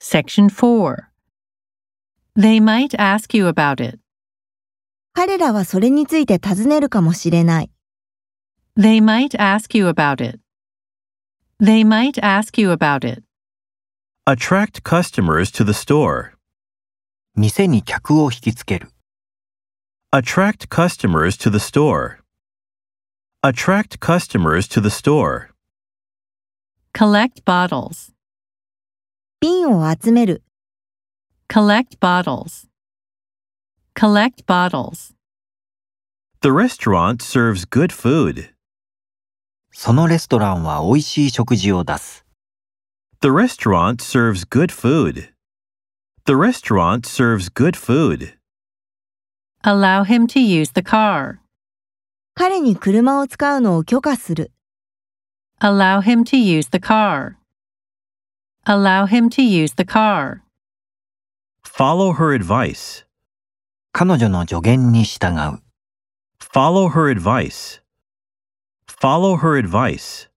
Section 4. They might ask you about it. 彼らはそれについて尋ねるかもしれない。 They might ask you about it. They might ask you about it. Attract customers to the store. 店に客を引きつける。 Attract customers to the store. Attract customers to the store. Collect bottles. 瓶を集める。 Collect bottles. Collect bottles. The restaurant serves good food. そのレストランは美味しい食事を出す。 The restaurant serves good food. The restaurant serves good food. Allow him to use the car. 彼に車を使うのを許可する。 Allow him to use the car. Allow him to use the car. Follow her advice. 彼女の助言に従う。 Follow her advice. Follow her advice.